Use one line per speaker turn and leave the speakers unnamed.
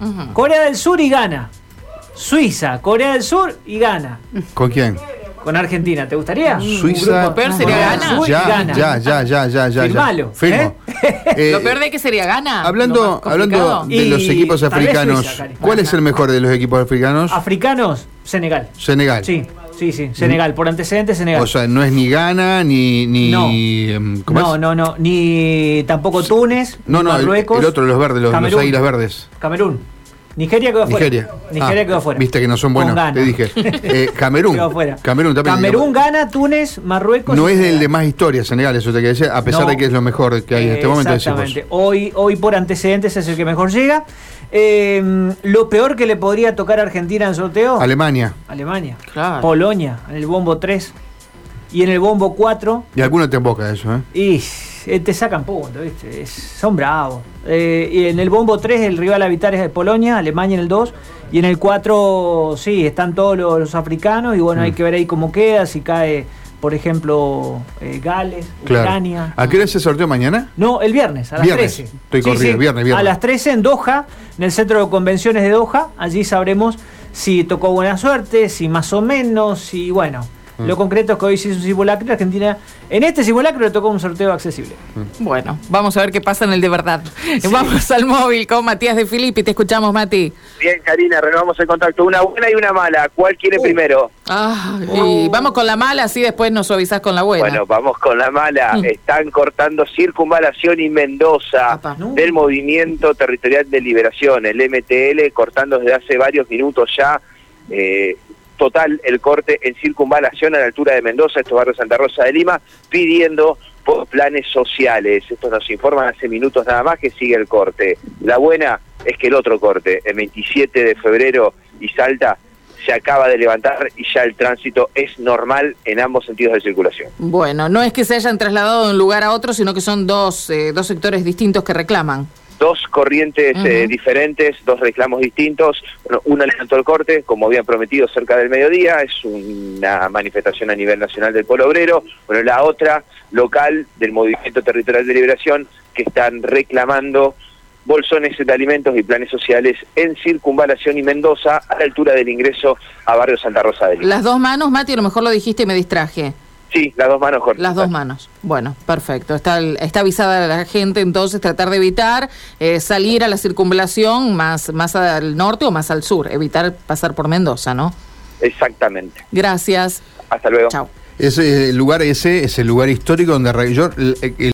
Ujú.
Corea del Sur y gana. Suiza, Corea del Sur y gana.
¿Con quién?
Con Argentina, ¿te gustaría?
Mm. Suiza.
Lo peor sería
Corea
Gana.
del Sur
Ghana.
y
Ya,
Ghana.
ya, ya, ya, ya, ya.
Firmalo,
Firmo. Eh,
Lo peor de que sería Ghana. Lo
Hablando,
más
hablando
complicado.
de los
Y
equipos
tal vez
africanos,
Suiza, Cari.
¿cuál es el mejor de los equipos africanos?
Africanos, Senegal.
Senegal.
Sí, sí, sí, Senegal. Por antecedentes, Senegal.
O sea, no es ni Ghana, ni. ni
No.
em, ¿cómo
no,
es?
no, no. Ni tampoco Túnez,
No,
ni
no, el-
Marruecos.
el, otro, los verdes, los, los
Camerún.
águilas verdes.
Camerún. Nigeria quedó afuera.
Nigeria.
Nigeria
Ah,
quedó afuera.
Viste que no son
Con
buenos,
Ghana.
te dije. Eh, Camerún.
Quedó afuera.
Camerún también.
Camerún gana, Túnez, Marruecos.
No
y
es el de
Senegal.
más historia, Senegal, eso te quería decir, a pesar
No.
de que es lo mejor que hay en este momento. decís vos.
Exactamente. Hoy, hoy por antecedentes es el que mejor llega. Eh, lo peor que le podría tocar a Argentina en sorteo.
Alemania.
Alemania.
Claro.
Polonia, en el bombo 3. Y en el bombo 4.
Y alguno te emboca eso, ¿eh?
Y eh, te sacan puntos, ¿viste? Es- son bravos. Eh, y en el bombo 3 el rival a evitar es Polonia, Alemania en el 2. Y en el 4, sí, están todos los, los africanos. Y
Mm.
bueno, hay que ver ahí cómo queda, si cae, por ejemplo, eh, Gales,
Claro.
Ucrania.
¿A qué hora se sorteo mañana?
No, el viernes, a las
Viernes.
13.
Estoy corrido, viernes, viernes.
A las 13 en Doha, en el centro de convenciones de Doha. Allí sabremos si tocó buena suerte, si más o menos, si bueno. Lo
Mm.
concreto es que hoy se hizo un simulacro. Argentina, en este simulacro le tocó un sorteo accesible.
Bueno, vamos a ver qué pasa en el de verdad. Vamos al móvil con Matías de Filippi. Te escuchamos, Mati.
Bien, Karina, renovamos el contacto. Una buena y una mala. ¿Cuál quiere
Uh.
primero?
Ah, y vamos con la mala, así después nos suavizás con la buena.
Bueno, vamos con la mala.
Mm.
Están cortando Circunvalación y Mendoza
Apa.
No.
del Movimiento Territorial de Liberación, el MTL, cortando desde hace varios minutos ya. eh, total el corte en Circunvalación a la altura de Mendoza, estos barrios Santa Rosa de Lima, pidiendo por planes sociales. Esto nos informan hace minutos nada más que sigue el corte. La buena es que el otro corte, el 27 de febrero y Salta, se acaba de levantar y ya el tránsito es normal en ambos sentidos de circulación.
Bueno, no es que se hayan trasladado de un lugar a otro, sino que son dos, eh, dos sectores distintos que reclaman.
dos corrientes eh,
Ujú.
diferentes, dos reclamos distintos. Bueno, una levantó el corte, como habían prometido, cerca del mediodía. Es una manifestación a nivel nacional del pueblo obrero. Bueno, la otra, local, del Movimiento Territorial de Liberación, que están reclamando bolsones de alimentos y planes sociales en Circunvalación y Mendoza, a la altura del ingreso a Barrio Santa Rosa de Lima.
Las dos manos, Mati, a lo mejor lo dijiste y me distraje.
Sí, las dos manos cortas.
Las dos manos. Bueno, perfecto. Está, el- está avisada la gente, entonces, tratar de evitar eh, salir a la circunvalación más, más al norte o más al sur. Evitar pasar por Mendoza, ¿no?
Exactamente.
Gracias.
Hasta luego.
Chao.
Ese el lugar ese es el lugar histórico donde arran- yo, el- el-